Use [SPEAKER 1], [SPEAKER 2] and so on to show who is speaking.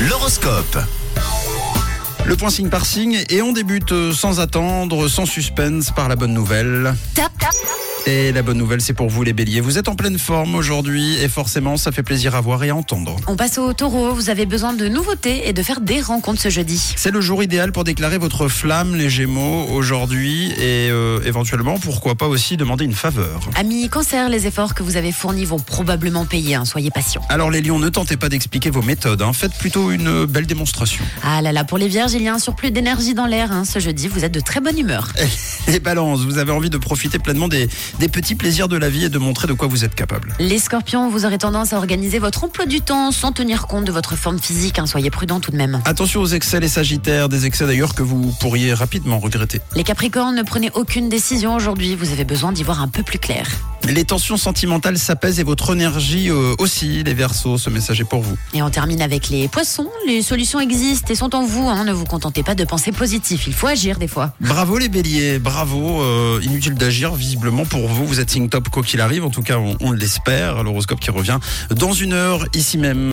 [SPEAKER 1] L'horoscope.
[SPEAKER 2] Le point signe par signe et on débute euh, sans attendre, sans suspense par la bonne nouvelle.
[SPEAKER 3] Tap, tap.
[SPEAKER 2] Et la bonne nouvelle c'est pour vous les béliers, vous êtes en pleine forme aujourd'hui et forcément ça fait plaisir à voir et à entendre.
[SPEAKER 3] On passe au taureau. Vous avez besoin de nouveautés et de faire des rencontres ce jeudi.
[SPEAKER 2] C'est le jour idéal pour déclarer votre flamme les gémeaux aujourd'hui et euh, éventuellement pourquoi pas aussi demander une faveur.
[SPEAKER 3] Amis cancer, les efforts que vous avez fournis vont probablement payer. hein, soyez patients.
[SPEAKER 2] Alors les lions, ne tentez pas d'expliquer vos méthodes, hein. faites plutôt une belle démonstration.
[SPEAKER 3] Ah là là, pour les vierges, il y a un surplus d'énergie dans l'air. hein. Ce jeudi, vous êtes de très bonne humeur.
[SPEAKER 2] Les balances, vous avez envie de profiter pleinement des, des petits plaisirs de la vie et de montrer de quoi vous êtes capable.
[SPEAKER 3] Les scorpions, vous aurez tendance à organiser votre emploi du temps sans tenir compte de votre forme physique. hein. Soyez prudents tout de même.
[SPEAKER 2] Attention aux excès les sagittaires, des excès d'ailleurs que vous pourriez rapidement regretter.
[SPEAKER 3] Les capricornes, ne prenez aucune décision aujourd'hui. Vous avez besoin d'y voir un peu plus clair.
[SPEAKER 2] Les tensions sentimentales s'apaisent et votre énergie euh, aussi, les versos, ce message est pour vous.
[SPEAKER 3] Et on termine avec les poissons. Les solutions existent et sont en vous. hein. Ne vous contentez pas de penser positif. Il faut agir des fois.
[SPEAKER 2] Bravo les béliers, bravo, euh, inutile d'agir visiblement pour vous, vous êtes signe top quoi qu'il arrive, en tout cas on, on l'espère, l'horoscope qui revient dans une heure ici même.